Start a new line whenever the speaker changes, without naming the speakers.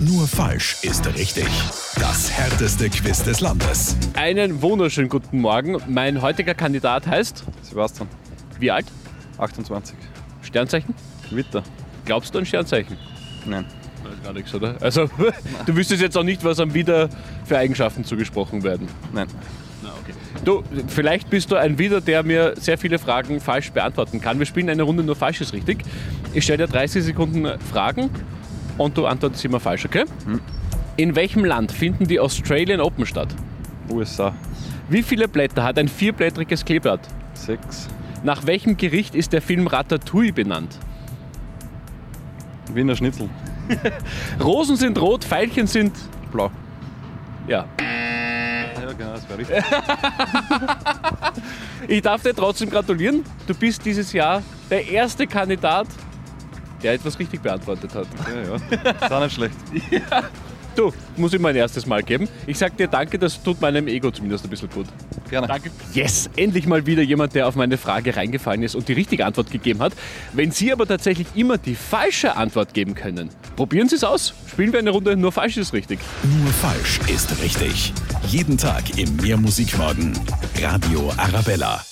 Nur falsch ist richtig. Das härteste Quiz des Landes.
Einen wunderschönen guten Morgen. Mein heutiger Kandidat heißt,
Sebastian,
wie alt?
28.
Sternzeichen?
Witter.
Glaubst du an Sternzeichen?
Nein.
Nein, Gar nichts, oder? Also, du wüsstest jetzt auch nicht, was am Wider für Eigenschaften zugesprochen werden.
Nein.
Du, vielleicht bist du ein Wider, der mir sehr viele Fragen falsch beantworten kann. Wir spielen eine Runde nur falsch ist richtig. Ich stelle dir 30 Sekunden Fragen und du antwortest immer falsch, okay? In welchem Land finden die Australian Open statt?
USA.
Wie viele Blätter hat ein vierblättriges Kleeblatt?
6.
Nach welchem Gericht ist der Film Ratatouille benannt?
Wiener Schnitzel.
Rosen sind rot, Veilchen sind.
Blau.
Ja.
Ja, genau, das wäre richtig.
Ich darf dir trotzdem gratulieren. Du bist dieses Jahr der erste Kandidat, der etwas richtig beantwortet hat.
Ja, ja. Ist auch nicht schlecht.
Du, muss ich mein erstes Mal geben. Ich sag dir danke, das tut meinem Ego zumindest ein bisschen gut.
Gerne.
Yes, endlich mal wieder jemand, der auf meine Frage reingefallen ist und die richtige Antwort gegeben hat. Wenn Sie aber tatsächlich immer die falsche Antwort geben können, probieren Sie es aus. Spielen wir eine Runde, nur falsch ist richtig.
Nur falsch ist richtig. Jeden Tag im Mehrmusikmorgen. Radio Arabella.